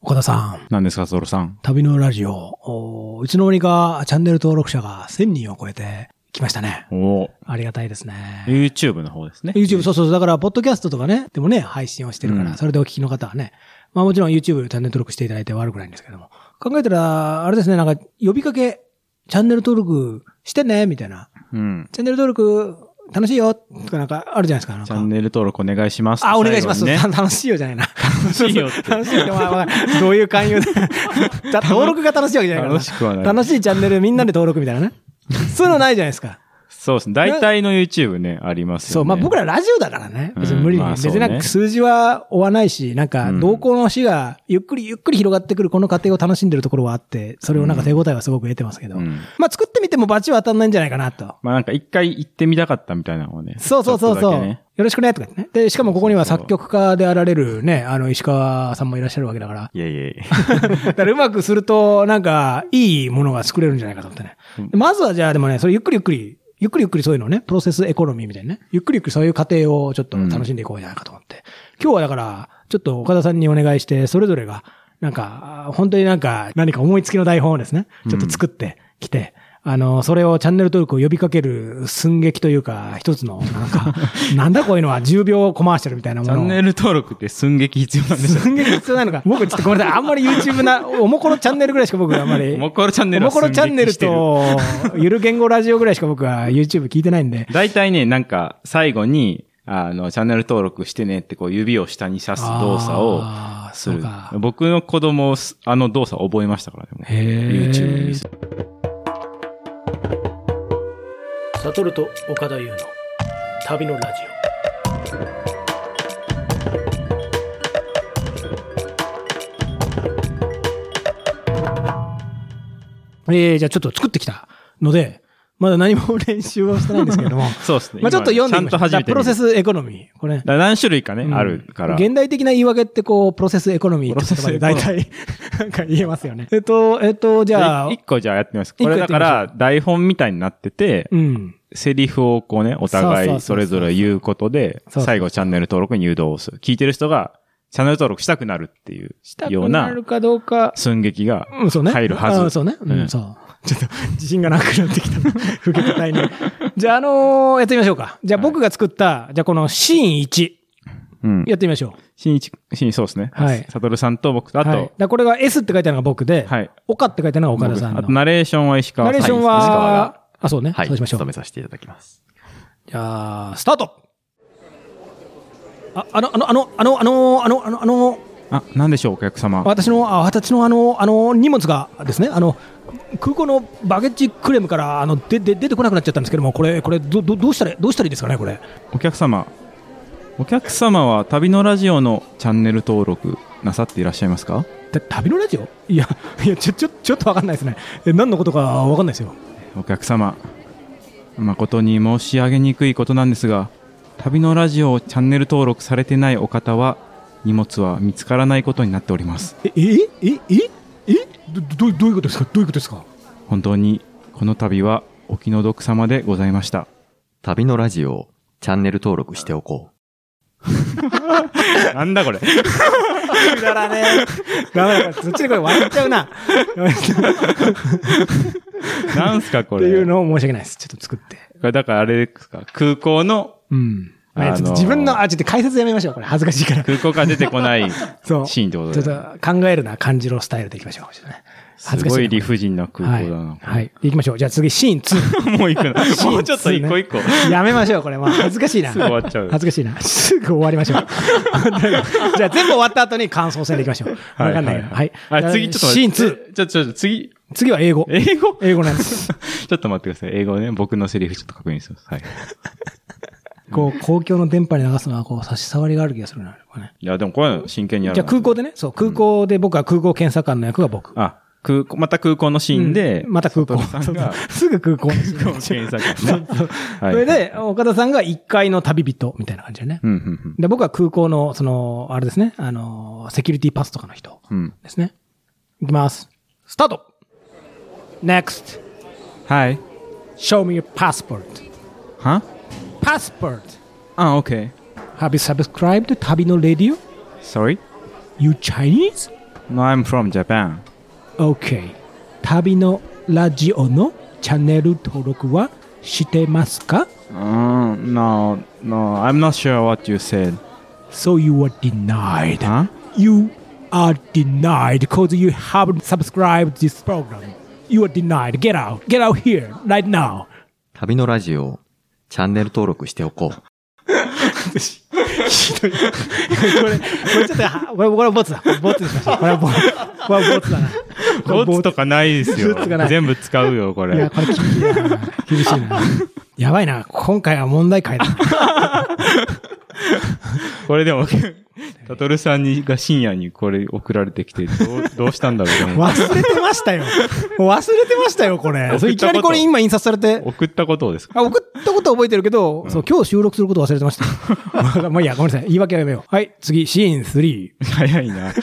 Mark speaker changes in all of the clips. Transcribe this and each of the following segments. Speaker 1: 岡田さん、
Speaker 2: 何ですか、ソロさん。
Speaker 1: 旅のラジオ、おうちの森がチャンネル登録者が1000人を超えてきましたね。
Speaker 2: おー
Speaker 1: ありがたいですね。
Speaker 2: YouTube の方ですね。
Speaker 1: YouTube、そうそうそう、だから、ポッドキャストとかね、でもね、配信をしてるから、
Speaker 2: うん
Speaker 1: それでお聞きの方はね、まあもちろん YouTube チャンネル登録していただいて悪くないんですけども、考えたら、あれですね、なんか、呼びかけ、チャンネル登録してね、みたいな。
Speaker 2: うん。
Speaker 1: チャンネル登録、楽しいよ、とかなんか、あるじゃないですか、なん
Speaker 2: チ
Speaker 1: か。
Speaker 2: ャンネル登録お願いします。
Speaker 1: あ、お願いし ます。
Speaker 2: 最後にね
Speaker 1: 楽しいよじゃないな。楽
Speaker 2: しいよって
Speaker 1: 楽しいよって、まあまあ、どういう勧誘だ。だ 登録が楽しいわけじゃないからな。
Speaker 2: 楽しくはない
Speaker 1: 楽しいチャンネルみんなで登録みたいな ね。そういうのないじゃないですか。
Speaker 2: そうですね。大体の YouTube ね、ありますよね。
Speaker 1: そう、まあ僕
Speaker 2: ら。
Speaker 1: らラジオだからね。別に無理に。
Speaker 2: うんまあ
Speaker 1: 別
Speaker 2: そうね
Speaker 1: になんか数字は追わないし、なんか
Speaker 2: うん
Speaker 1: 動向の死がゆっくりゆっくり広がってくるこの過程を楽しんでるところはあって、それをなんか手応えはすごく得てますけど。
Speaker 2: うん
Speaker 1: まあ作ってみてもバチは当たんないんじゃないかなと。
Speaker 2: まあなんか一回行ってみたかったみたいなのをね。
Speaker 1: そうそうそう
Speaker 2: ちょ
Speaker 1: そ
Speaker 2: っ
Speaker 1: う、
Speaker 2: とだけね
Speaker 1: よろしくねとか言ってね。で、しかもここには
Speaker 2: そうそ
Speaker 1: 作
Speaker 2: う
Speaker 1: 曲家であられるね、あの石川さんもいらっしゃるわけだから、
Speaker 2: いやいやいや。
Speaker 1: だからうまくすると、なんか、いいものが作れるんじゃないかと思ってね。
Speaker 2: うん
Speaker 1: でまずはじゃあ、でもね、それゆっくりゆっくり、ゆっくりゆっくりそういうのをね、プロセスエコノミーみたいなね、ゆっくりゆっくりそういう過程をちょっと楽しんでいこうじゃないかと思って。今日はだから、ちょっと岡田さんにお願いして、それぞれが、なんか、あー本当になんか、何か思いつきの台本をですね、ちょっと作ってきて、あの、それをチャンネル登録を呼びかける寸劇というか、一つの、なん か、なんだこういうのは10秒コマーシャルみたいなも
Speaker 2: チ
Speaker 1: のを。
Speaker 2: ャンネル登録って寸劇必要なんですよ。
Speaker 1: 寸劇必要なのか。僕ちょっとごめんなさい。あんまり YouTube な、おもころチャンネルぐらいしか僕あんまり。
Speaker 2: おもころチャンネル
Speaker 1: おも
Speaker 2: は
Speaker 1: ころチャンネル
Speaker 2: 寸劇
Speaker 1: と、ゆる言語ラジオぐらいしか僕は YouTube 聞いてないんで。
Speaker 2: 大体ね、なんか最後に、あの、チャンネル登録してねってこう指を下にさす動作を
Speaker 1: あー
Speaker 2: す
Speaker 1: そう
Speaker 2: る
Speaker 1: か。
Speaker 2: 僕の子供す、あの動作覚えましたからね。もう
Speaker 1: へー
Speaker 2: YouTube 見せ
Speaker 1: サトルと岡田優の旅のラジオ。えー、じゃあちょっと作ってきたので、まだ何も練習をしてないんですけれども。
Speaker 2: そうですね。
Speaker 1: まあちょっと読んでみましょう。
Speaker 2: 今ちゃんと初
Speaker 1: だから
Speaker 2: めて見
Speaker 1: プ
Speaker 2: る。
Speaker 1: ロセスエコノミー。これね
Speaker 2: だ。から何種類かね、
Speaker 1: うん
Speaker 2: あるから。
Speaker 1: 現代的な言い訳ってこう、プロセスエコノミーって言葉で大体、 なんか言えますよね。えっと、えっと、じゃあ
Speaker 2: 一、個じゃあやってみます。
Speaker 1: 一
Speaker 2: こ
Speaker 1: 個
Speaker 2: れ
Speaker 1: やっ
Speaker 2: だ
Speaker 1: てみま
Speaker 2: か
Speaker 1: しょう
Speaker 2: ら、台本みたいになってて
Speaker 1: う、ん。
Speaker 2: セリフをこうね、お
Speaker 1: そそ
Speaker 2: 互いそう
Speaker 1: うそうそう
Speaker 2: れぞれ言うことで、
Speaker 1: そうそう
Speaker 2: 最後チャンネル登録に誘導をする。聞いてる人が、チャンネル登録したくなるっていうような
Speaker 1: かどうか。
Speaker 2: 寸劇が
Speaker 1: うん、そうね。
Speaker 2: 入るは
Speaker 1: あ
Speaker 2: ず。
Speaker 1: そうね。う、
Speaker 2: うんん
Speaker 1: そう。ちょっと、自信がなくなってきた。 ふけたいね。じゃあ、あのーやってみましょうか。じゃあ、僕が作った、じゃあ、このシーン1、
Speaker 2: うん。
Speaker 1: やってみましょう。
Speaker 2: 新一、新一そうですね。
Speaker 1: はい
Speaker 2: サトルさんと僕と、あ
Speaker 1: はいだ
Speaker 2: と
Speaker 1: か、らこれが S って書いてあるのが僕で、
Speaker 2: はい。
Speaker 1: 岡って書いてあるのが岡田さん
Speaker 2: 僕あと、
Speaker 1: の。
Speaker 2: ナレーションは石川
Speaker 1: ナ
Speaker 2: さん。
Speaker 1: レーション
Speaker 3: はい石川が
Speaker 1: は、あ、そうね。
Speaker 3: はい、
Speaker 1: そうしましょう
Speaker 3: 務。めさせていただきます。
Speaker 1: じゃあ、スタートあ、あの、あの、あの、あの、あの、あの、あの、あの、
Speaker 2: あ、なんでしょう、お客様。
Speaker 1: 私の、あ、私の、あの、あの、荷物がですね、あの、空港のバゲッジクレームから、あの、で、で、出てこなくなっちゃったんですけども、これ、これ、ど、ど、どうしたら、どうしたらいいですかね、これ。
Speaker 2: お客様お客様は旅のラジオのチャンネル登録なさっていらっしゃいますか
Speaker 1: た旅のラジオいや、いや、ちょ、ちょ、ちょっとわかんないですね。え、何のことかわかんないですよ。
Speaker 2: お客様誠に申し上げにくいことなんですが旅のラジオをチャンネル登録されてないお方は荷物は見つからないことになっております
Speaker 1: え、え、え、え、え、ど、ど、どういうことですかどういうことですか
Speaker 2: 本当にこの度はお気の毒様でございました
Speaker 3: 旅のラジオをチャンネル登録しておこう。
Speaker 2: なんだこれ
Speaker 1: くだらねえ。 ダメだ、そっちでこれ笑っちゃうな。
Speaker 2: なんすかこ
Speaker 1: っていう
Speaker 2: れこ
Speaker 1: のを申し訳ないです。ちょっと作って。
Speaker 2: れだからあれですか空港の
Speaker 1: うん。
Speaker 2: あのー
Speaker 1: ちょっと自分の、あ、ちょっと解説やめましょう。これ恥ずかしい から。
Speaker 2: 空港から出てこない
Speaker 1: そう。
Speaker 2: シーンってことで
Speaker 1: ちょっと考えるな感じろスタイルでいきましょう。ちょっとね恥
Speaker 2: す
Speaker 1: ずかしい。
Speaker 2: ごい理不尽な空港だな、
Speaker 1: はい。はい。行きましょう。じゃあ次、シーン2。
Speaker 2: もう行く
Speaker 1: シー
Speaker 2: の。
Speaker 1: ン
Speaker 2: もうちょっと一個一個。
Speaker 1: やめましょう、これ。もう恥ずかしいな。
Speaker 2: すぐ終わっちゃう
Speaker 1: 恥ずかしいな。すぐ終わりましょう。 じゃあ全部終わった後に感想戦でいきましょう。わかんないけど。はい。
Speaker 2: あ、次ちょっと
Speaker 1: シ
Speaker 2: 待
Speaker 1: ー
Speaker 2: っ
Speaker 1: ン
Speaker 2: て。
Speaker 1: 2。
Speaker 2: 2。ちょ、ちょ、ちょ次。
Speaker 1: 次は英語。
Speaker 2: 英語
Speaker 1: 英語なんです。
Speaker 2: ちょっと待ってください。英語ね。僕のセリフちょっと確認します。はい。
Speaker 1: こう、公共の電波に流すのは、こう、差し障りがある気がするな。これね
Speaker 2: いや、でもこういうの真剣にやる。
Speaker 1: じゃあ空港でね、そう、空港で僕は空港検査官の役が僕。
Speaker 2: あ、空港、また空港のシーンで、
Speaker 1: うんまた空港。
Speaker 2: 佐藤さん
Speaker 1: そうそ
Speaker 2: が
Speaker 1: う すぐ空港に
Speaker 2: 検索。は い
Speaker 1: それで、岡田さんが1階の旅人みたいな感じだね
Speaker 2: う。ん、うん、
Speaker 1: で、僕は空港の、その、あれですね、あの、セキュリティパスとかの人
Speaker 2: うん。うん。
Speaker 1: ですね。いきます。スタート !NEXT!
Speaker 2: はい。
Speaker 1: Show me your passport.
Speaker 2: は
Speaker 1: Passport!
Speaker 2: あ、OK。
Speaker 1: Have you subscribed 旅のレディオ
Speaker 2: Sorry?
Speaker 1: ?You Chinese?
Speaker 2: No, I'm from Japan.
Speaker 1: OK 旅のラジオのチャンネル登録はしてますか
Speaker 2: Uh, no, no, I'm not sure what you said.
Speaker 1: So you are denied
Speaker 2: Huh?
Speaker 1: You are denied because you haven't subscribed this program You are denied Get out Get out here Right now
Speaker 3: 旅のラジオ、チャンネル登録しておこう。
Speaker 1: こ れ、これちょっとは、これ、これはボツだ。ボツにしましょう。これはボツ、これはボツだな。
Speaker 2: ボツとかないですよ
Speaker 1: ボツがな。い
Speaker 2: 全部使うよ、こ
Speaker 1: いや、
Speaker 2: れ。
Speaker 1: これ厳しいな。厳しいな。 やばいな。今回は問題回だ。
Speaker 2: これでも、 タトルさんにが深夜にこれ送られてきて、どうどうしたんだろうと思っ
Speaker 1: 忘れてましたよ。忘れてましたよ、これ。それいきなりこれ今印刷されて
Speaker 2: て。。送ったことをですか
Speaker 1: あ、送ったことは覚えてるけど、そう、今日収録すること忘れてました よ。まあいいや、ごめんなさい。言い訳はやめよう。はい、次、シーン3。
Speaker 2: 早いな。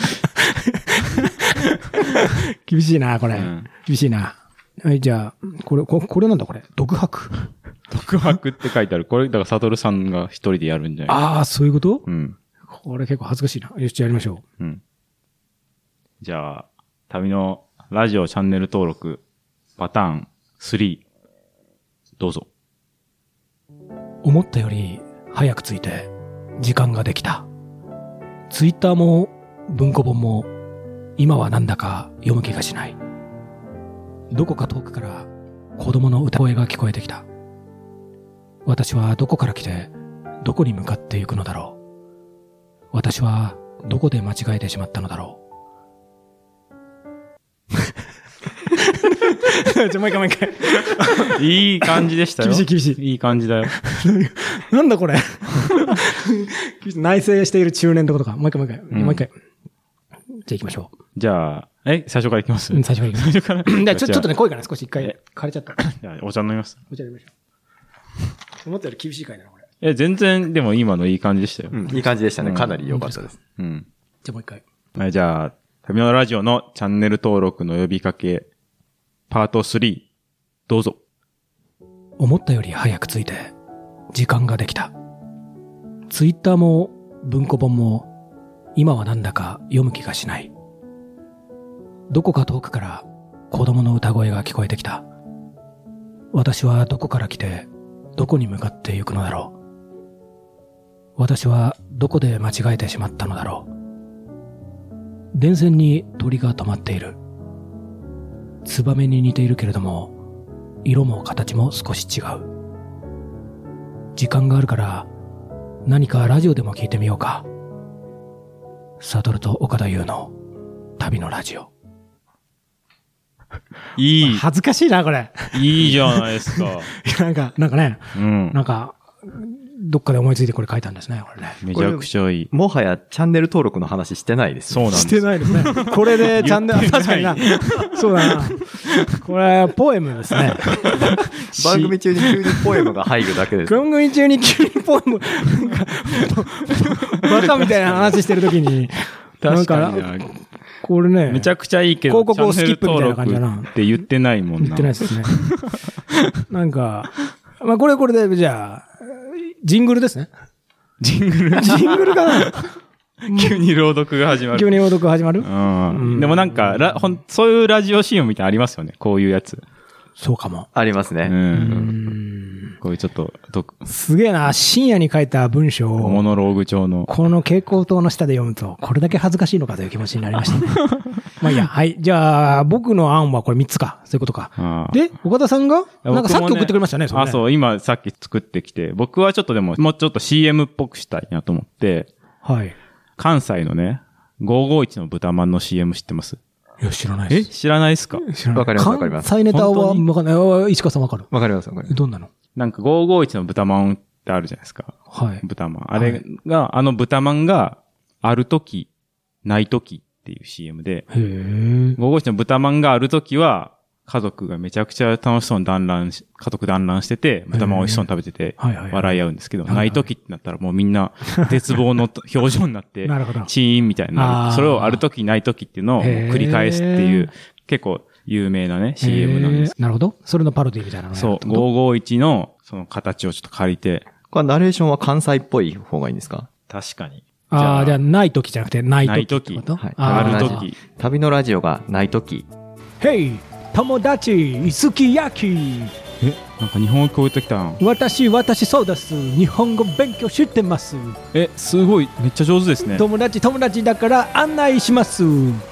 Speaker 1: 厳しいな、これ。
Speaker 2: ん
Speaker 1: 厳しいな。はい、じゃあ、これ、ここれなんだ、これ。独白。
Speaker 2: 独白って書いてある。これ、だからサトルさんが一人でやるんじゃない
Speaker 1: ああ、そういうこと
Speaker 2: うん。
Speaker 1: これ結構恥ずかしいな。よし、やりましょう。
Speaker 2: うん。じゃあ、旅のラジオチャンネル登録、パターン3、どう ぞ。
Speaker 1: 思ったより早く着いて時間ができた。ツイッターも文庫本も今はなんだか読む気がしない。どこか遠くから子供の歌声が聞こえてきた。私はどこから来てどこに向かって行くのだろう。私はどこで間違えてしまったのだろう。 じゃ、もう一回もう一回。
Speaker 2: いい感じでしたよ。
Speaker 1: 厳しい厳しい
Speaker 2: いい感じだよ。
Speaker 1: なんだこれ内省している中年ってことか。もう一回もう一回。
Speaker 2: ん
Speaker 1: もう一回。じゃあ行きましょ
Speaker 2: じゃあ、え、最初からいきます
Speaker 1: う。うん最初から行きましょ
Speaker 2: 最初から。
Speaker 1: うじゃあちょちょっと
Speaker 2: ね。
Speaker 1: ね、濃いから少し一回
Speaker 2: え
Speaker 1: 枯れちゃった。
Speaker 2: じゃあお茶飲みます。
Speaker 1: お茶やりましょう。思ったより厳しい回だな、これ。
Speaker 2: え、全然、でも今のいい感じでしたよ。
Speaker 3: いい感じでしたね。
Speaker 2: うん
Speaker 3: かなり良かったです。
Speaker 2: うん。
Speaker 1: じゃあもう一回。
Speaker 2: はい、じゃあ、旅のラジオのチャンネル登録の呼びかけ、パート3、どうぞ。
Speaker 1: 思ったより早く着いて、時間ができた。ツイッターも文庫本も、今はなんだか読む気がしない。どこか遠くから子供の歌声が聞こえてきた。私はどこから来て、どこに向かって行くのだろう。私はどこで間違えてしまったのだろう。電線に鳥が止まっている。ツバメに似ているけれども、色も形も少し違う。時間があるから、何かラジオでも聞いてみようか。サトルと岡田優の旅のラジオ。
Speaker 2: いい、
Speaker 1: 恥ずかしいな、これ。
Speaker 2: いいじゃないですか。
Speaker 1: なんか、なんかね、
Speaker 2: うん。
Speaker 1: なんか、どっかで思いついてこれ書いたんですね、これね。
Speaker 2: めちゃくちゃいい。
Speaker 3: もはやチャンネル登録の話してないです
Speaker 2: そうな
Speaker 3: ね。
Speaker 2: んです。
Speaker 1: してないですね。これでチャンネル、
Speaker 2: 言っ
Speaker 1: 確
Speaker 2: て
Speaker 1: かに
Speaker 2: な。
Speaker 1: ない そうだな。これ、ポエムですね。
Speaker 3: 番組中に急にポエムが入るだけです。
Speaker 1: 番組中に急にポエム、なんか、バカみたいな話してるときに、
Speaker 2: 確か
Speaker 1: なん
Speaker 2: にな。
Speaker 1: これね。
Speaker 2: めちゃくちゃいいけど、
Speaker 1: 広告をスキップみたいな感じだな
Speaker 2: チャンネル登録って言ってないもんな。
Speaker 1: 言ってないですね。 なんか、まあこれこれで、じゃあ、ジングルですね。
Speaker 2: ジングル、
Speaker 1: ジングルか な
Speaker 2: 急に朗読が始ま
Speaker 1: 急
Speaker 2: る。
Speaker 1: に朗読始まる
Speaker 2: うん。でもなんか、ラほんそういうラジオ CM みたいなのありますよね。こういうやつ。
Speaker 1: そうかも。
Speaker 3: あります
Speaker 2: う
Speaker 3: ね。
Speaker 2: ん。こういうちょっと、ど
Speaker 1: すげえな、深夜に書いた文章
Speaker 2: モ
Speaker 1: を、
Speaker 2: ノローグ調の。
Speaker 1: この蛍光灯の下で読むと、これだけ恥ずかしいのかという気持ちになりましたね、 まあいいや、はい。じゃあ、僕の案はこれ3つか。そういうことか。
Speaker 2: あー
Speaker 1: で、岡田さんが、
Speaker 2: 僕もね
Speaker 1: なんかさっき送ってくれましたね、それ
Speaker 2: あ、
Speaker 1: ね
Speaker 2: そう、今さっき作ってきて、僕はちょっとでも、もうちょっと CM っぽくしたいなと思って、
Speaker 1: はい。
Speaker 2: 関西のね、551の豚まんの CM 知ってます
Speaker 1: いや、知らないで
Speaker 2: え
Speaker 1: す。
Speaker 2: 知らないですか
Speaker 1: 知らない。
Speaker 3: わかりますわかります
Speaker 1: 関西ネタは、
Speaker 2: 本当に
Speaker 1: わかんないあ。石川さんわかる。
Speaker 3: わかりますわかります。
Speaker 1: どんなの
Speaker 2: なんか551の豚まんってあるじゃないですか。
Speaker 1: はい。
Speaker 2: 豚まん。
Speaker 1: い
Speaker 2: あれが、あの豚まんが、ある時、ない時っていう CM で、
Speaker 1: へえ。
Speaker 2: 551の豚まんがある時は、家族がめちゃくちゃ楽しそうに団らんし、家族団らんしてて、豚まん美味しそうに食べてて、
Speaker 1: はいはいはい
Speaker 2: 笑い合うんですけど、
Speaker 1: はいはい
Speaker 2: ない時ってなったらもうみん な、絶望のと表情になって、
Speaker 1: なるほど
Speaker 2: チーンみたいにな
Speaker 1: あ
Speaker 2: る。
Speaker 1: ー
Speaker 2: それをある時ない時っていうのを繰り返すってい
Speaker 1: へー
Speaker 2: う、結構有名なね、CM なんです。
Speaker 1: へーなるほど。それのパロディみたいなのをやる
Speaker 2: そ
Speaker 1: っ
Speaker 2: う、
Speaker 1: てこと
Speaker 2: 551のその形をちょっと借りて、
Speaker 3: これはナレーションは関西っぽい方がいいんですか
Speaker 2: 確かに。
Speaker 1: ああ、じゃあ、
Speaker 2: あ
Speaker 1: ない時じゃなくて、ない
Speaker 2: ない
Speaker 1: 時って
Speaker 2: 時
Speaker 1: こと
Speaker 3: はい
Speaker 1: あー
Speaker 2: ある
Speaker 3: 同じ
Speaker 2: 時
Speaker 3: 旅のラジオがないとき、
Speaker 1: へい友達、すき焼き。
Speaker 2: えなんか日本語聞こえてきたん
Speaker 1: 私、私、そうです。日本語勉強してます。
Speaker 2: えすごいめっちゃ上手ですね
Speaker 1: 友達、友達だから案内します。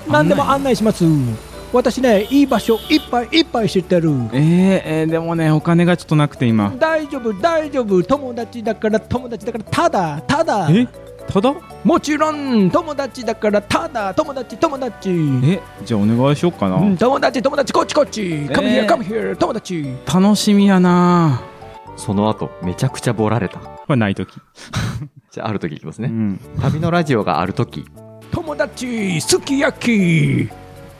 Speaker 1: 何でも案内します。私ね、いい場所いっぱいいっぱい知ってる。
Speaker 2: えー、えーでもねお金がちょっとなくて今
Speaker 1: 大丈夫、大丈夫。友達だから、友達だから、ただ、ただ。
Speaker 2: えただ
Speaker 1: もちろん、友達だから、ただ、友達、友達。
Speaker 2: えじゃあお願いしよっかな、
Speaker 1: うん友達、友達、こっちこっち。Come here,
Speaker 2: えー
Speaker 1: come here, 友達。
Speaker 2: 楽しみやな
Speaker 3: その後、めちゃくちゃボラれた。
Speaker 2: これない時
Speaker 3: じゃあ、あるときいきます
Speaker 2: う
Speaker 3: ね。
Speaker 2: ん
Speaker 3: 旅のラジオがあるとき、
Speaker 1: 友達、すき焼き。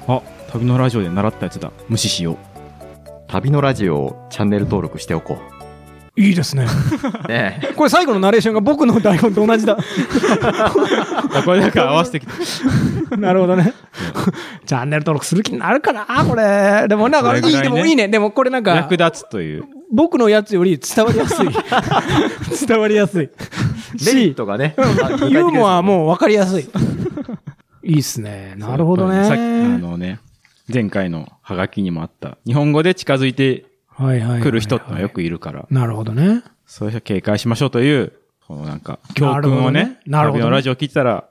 Speaker 2: あ旅のラジオで習ったやつだ無視しよう
Speaker 3: 旅のラジオをチャンネル登録しておこ
Speaker 1: いいですね。
Speaker 3: う。ね え。
Speaker 1: これ最後のナレーションが僕の台本と同じだ。
Speaker 2: あこれなんか合わせてきた
Speaker 1: なるほどね。 チャンネル登録する気になるかなこれ。でもなんか、
Speaker 2: こ
Speaker 1: い
Speaker 2: れぐ
Speaker 1: い、
Speaker 2: らい
Speaker 1: で
Speaker 2: ね
Speaker 1: もいいね。でもこれなんか
Speaker 2: 役、立つという
Speaker 1: 僕のやつより伝わりや すい。伝わりやすい。
Speaker 3: メリッ
Speaker 1: し、
Speaker 3: トがね。
Speaker 1: ユーモアは
Speaker 3: う。
Speaker 1: もう分かりやすい。いいっすね。なるほど
Speaker 2: やっぱりねさっき
Speaker 1: ね。
Speaker 2: あのね前回のハガキにもあった日本語で近づいて
Speaker 1: はいはいはいはい
Speaker 2: くる人ってのはよくいるから、
Speaker 1: なるほどね。
Speaker 2: そういう人は警戒しましょうというこのなんか教訓をね
Speaker 1: なるほどねなるほどね
Speaker 2: 旅のラジオ聞いてたら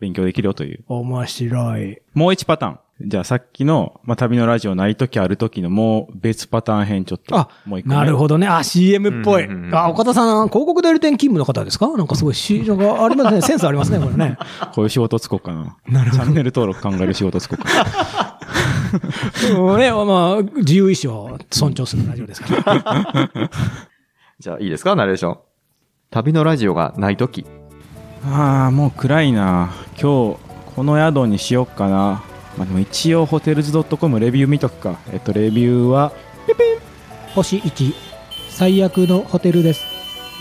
Speaker 2: 勉強できるよという
Speaker 1: 面白い。
Speaker 2: もう一パターンじゃあさっきの、まあ、旅のラジオない時ある時のもう別パターン編ちょっと
Speaker 1: あ
Speaker 2: もう一、個ね
Speaker 1: なるほどね。あ、CM っぽい
Speaker 3: うんうんう。ん
Speaker 1: あ、岡田さん、広告代理店勤務の方ですかなんかすごい C、なんかありますね。センスありますね、これね。
Speaker 2: こういう仕事つこうかななるほどチャンネル登録考える仕事つこうかな
Speaker 1: うんね、まあ、自由意志を尊重するラジオですから。
Speaker 3: じゃあ、いいですか、ナレーション。旅のラジオがないとき、
Speaker 2: ああもう暗いな今日この宿にしよっかなまあでも一応ホテルズ .com レビュー見とくかえっとレビューは
Speaker 1: 星1、最悪のホテルです。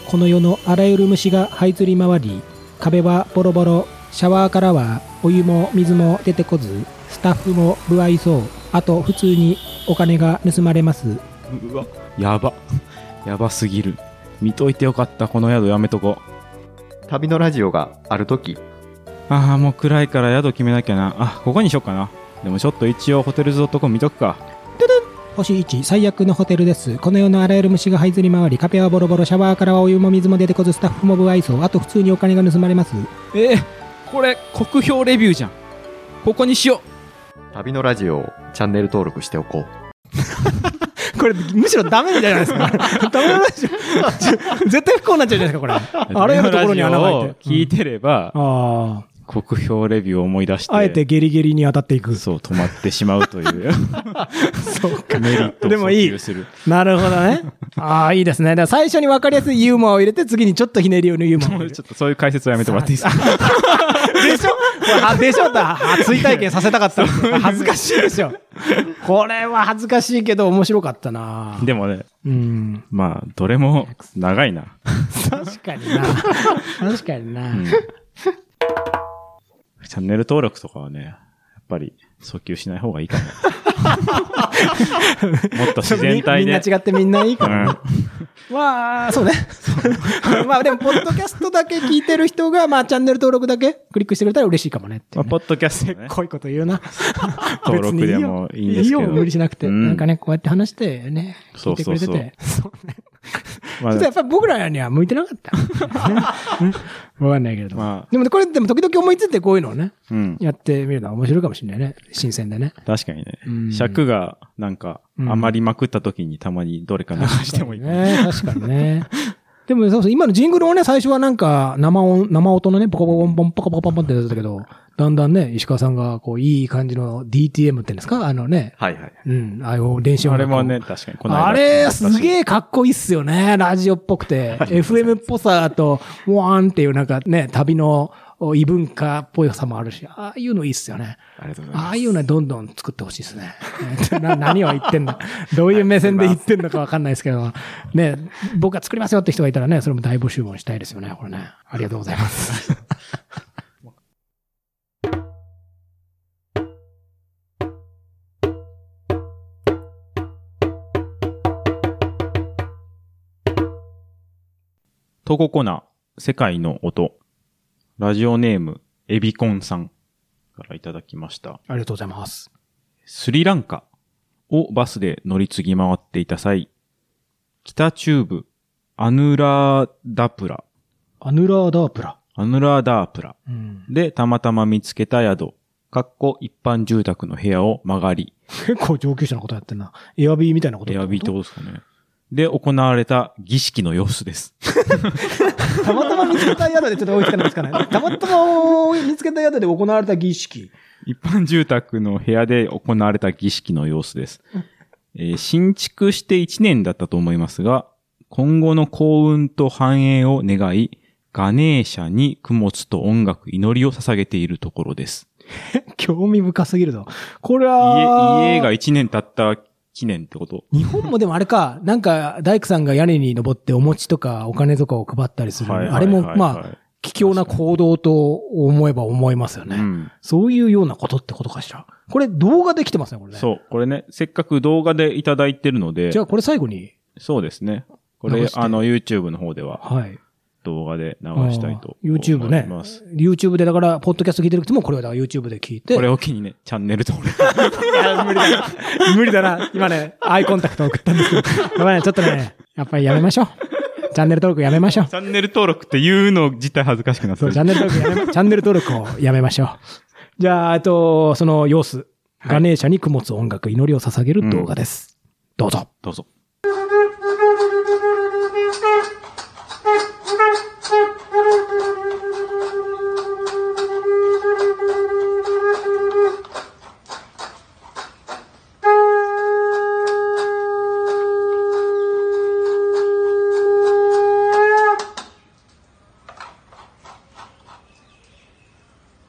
Speaker 1: この世のあらゆる虫が這いずり回り、壁はボロボロ、シャワーからはお湯も水も出てこず、スタッフも不愛想、あと普通にお金が盗まれます。
Speaker 2: うわやば やばすぎる見といてよかったこの宿やめとこ
Speaker 3: 旅のラジオがあるとき、
Speaker 2: ああもう暗いから宿決めなきゃなあここにしよっかなでもちょっと一応ホテルズ .com 見とくか
Speaker 1: 星1、最悪のホテルです。この世のあらゆる虫が這いずり回り、壁はボロボロ、シャワーからはお湯も水も出てこず、スタッフも不愛想、あと普通にお金が盗まれます。
Speaker 2: えー、これ国評レビューじゃんここにしよ
Speaker 3: 旅のラジオをチャンネル登録しておこう。
Speaker 1: これ、むしろダメじゃないですか。 ダメなんですよ。絶対不幸になっちゃうじゃないですか、これ。
Speaker 2: う
Speaker 1: あらゆるところに穴が開い
Speaker 2: ラ
Speaker 1: て。
Speaker 2: ジオを聞いてれば、
Speaker 1: あ
Speaker 2: 国評レビューを思い出して
Speaker 1: あ。あえてゲリゲリに当たっていく。
Speaker 2: そう止まってしま うという
Speaker 1: そうか。
Speaker 2: メリットを
Speaker 1: でもいい
Speaker 2: 訴求する
Speaker 1: なるほどね。ああ、いいですね。だから最初に分かりやすいユーモアを入れて、次にちょっとひねりをのユーモアを
Speaker 2: も
Speaker 1: 入
Speaker 2: う
Speaker 1: れ
Speaker 2: ち
Speaker 1: る。
Speaker 2: ょっとそういう解説はやめてもらっていいですか
Speaker 1: でしょあ でしょだ。あ追体験させたかった。恥ずかしいでしょ。これは恥ずかしいけど、面白かった な。
Speaker 2: でもね
Speaker 1: うん。
Speaker 2: まあどれも長いな、
Speaker 1: 確かにな。確かにな。
Speaker 2: うんチャンネル登録とかはねやっぱり訴求しない方がいいか ももっと自然体
Speaker 1: みん
Speaker 2: で
Speaker 1: な違ってみんないいから、
Speaker 2: うん
Speaker 1: まあ、 そうね。まあでも、ポッドキャストだけ聞いてる人が、まあ、チャンネル登録だけクリックしてくれたら嬉しいかもねってい
Speaker 2: ま
Speaker 1: う
Speaker 2: あ、
Speaker 1: ね。
Speaker 2: ポッドキャストね
Speaker 1: 濃いこと言うな。
Speaker 2: 登録でもいいんですけ
Speaker 1: 別にいいよ、
Speaker 2: ど
Speaker 1: 無理しなくて。
Speaker 2: うん
Speaker 1: なんかね、こうやって話してね、聞いてくれてて。そうね。ち
Speaker 2: ま
Speaker 1: ょ
Speaker 2: あ
Speaker 1: っとやっぱり僕らには向いてなか った。ねわかんないけれども
Speaker 2: まあ。
Speaker 1: でもねこれ、でも時々思いついてこういうのをね、
Speaker 2: うん、
Speaker 1: やってみるのは面白いかもしれないね。新鮮でね。
Speaker 2: 確かにね、
Speaker 1: うん
Speaker 2: 尺がなんか
Speaker 1: うん
Speaker 2: 余りまくった時にたまにどれか流してもいい、
Speaker 1: ね。確かにね。でもそうそう、今のジングルをね、最初はなんか生音、生音のね、ポコポコポンポン、ポコポコポンポンってやってたけど、だんだんね、石川さんがこう、いい感じの DTM ってんですかあのね、
Speaker 3: はいはい。
Speaker 1: うん、ああいう電子音
Speaker 2: あ
Speaker 1: 楽
Speaker 2: れ
Speaker 1: を
Speaker 2: もね、確かにこの間
Speaker 1: あれ、す
Speaker 2: え
Speaker 1: げえかっこいいっすよね。ラジオっぽくて。FM っぽさと、ワーンっていうなんかね、旅の異文化っぽいさもあるし、ああいうのいいっすよね。
Speaker 3: ありがとうござい
Speaker 1: あ
Speaker 3: ま
Speaker 1: あいうのはどんどん作ってほしいですね。 な何を言ってんだどういう目線で言ってんのかわかんないですけど、ね、僕が作りますよって人がいたらね、それも大募集もしたいですよね、これね。ありがとうございます。
Speaker 2: 投稿コーナー、世界の音。ラジオネーム、エビコンさんからいただきました。
Speaker 1: ありがとうございます。
Speaker 2: スリランカをバスで乗り継ぎ回っていた際、北中部、アヌラーダプラ、
Speaker 1: アヌラーダープラ。
Speaker 2: アヌラーダープラ
Speaker 1: うん。
Speaker 2: でたまたま見つけた宿、かっこ一般住宅の部屋を曲がり、
Speaker 1: 結構上級者のことやってんな。エアビーみたいなこと
Speaker 2: エアビーって
Speaker 1: と。
Speaker 2: ことですかね。で、行われた儀式の様子です。
Speaker 1: たまたま見つけた宿でちょっと追いつかないですかね。たまたま見つけた宿で行われた儀式。
Speaker 2: 一般住宅の部屋で行われた儀式の様子です。えー新築して1年だったと思いますが、今後の幸運と繁栄を願い、ガネーシャに供物と音楽、祈りを捧げているところです。
Speaker 1: 興味深すぎるぞ。これは、
Speaker 2: 家、家が1年経った記念ってこと
Speaker 1: 日本もでもあれか、なんか大工さんが屋根に登ってお餅とかお金とかを配ったりする。
Speaker 2: はいはい
Speaker 1: あれも、
Speaker 2: はいはい
Speaker 1: まあ、貴重な行動と思えば思いますよね。
Speaker 2: うん
Speaker 1: そういうようなことってことかしら。これ動画できてますね、これね。
Speaker 2: そう。これね、せっかく動画でいただいてるので
Speaker 1: じゃ、あこれ最後に、
Speaker 2: そうですね。こ
Speaker 1: 流
Speaker 2: れ
Speaker 1: し、て
Speaker 2: あの、YouTube の方では
Speaker 1: はい。
Speaker 2: 動画で流したいと
Speaker 1: あー
Speaker 2: 思います。
Speaker 1: YouTube ね。YouTube でだから、ポッドキャスト聞いてる人もこれをだから YouTube で聞いて。
Speaker 2: これを機にね、チャンネル登録。
Speaker 1: いや無理だな。無理だな。今ね、アイコンタクト送ったんですけど。やばいね、ちょっとね、やっぱりやめましょう。チャンネル登録やめましょう。
Speaker 2: チャンネル登録って言うの自体恥ずかしくなって
Speaker 1: そう、
Speaker 2: る
Speaker 1: チ。ャンネル登録やめ、チャンネル登録をやめましょう。じゃあ、えっと、その様子。ガネーシャに供物音楽祈りを捧げる動画です。どうぞ。
Speaker 2: どうぞ。